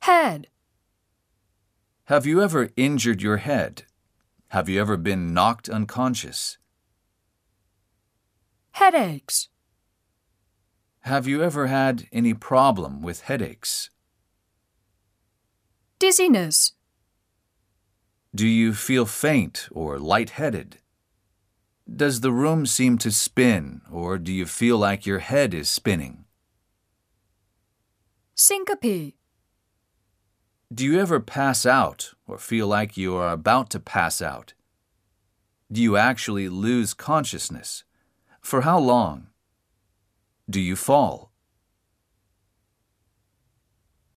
Head. Have you ever injured your head? Have you ever been knocked unconscious? Headaches. Have you ever had any problem with headaches? Dizziness. Do you feel faint or lightheaded? Does the room seem to spin or do you feel like your head is spinning? Syncope. Do you ever pass out or feel like you are about to pass out? Do you actually lose consciousness? For how long? Do you fall?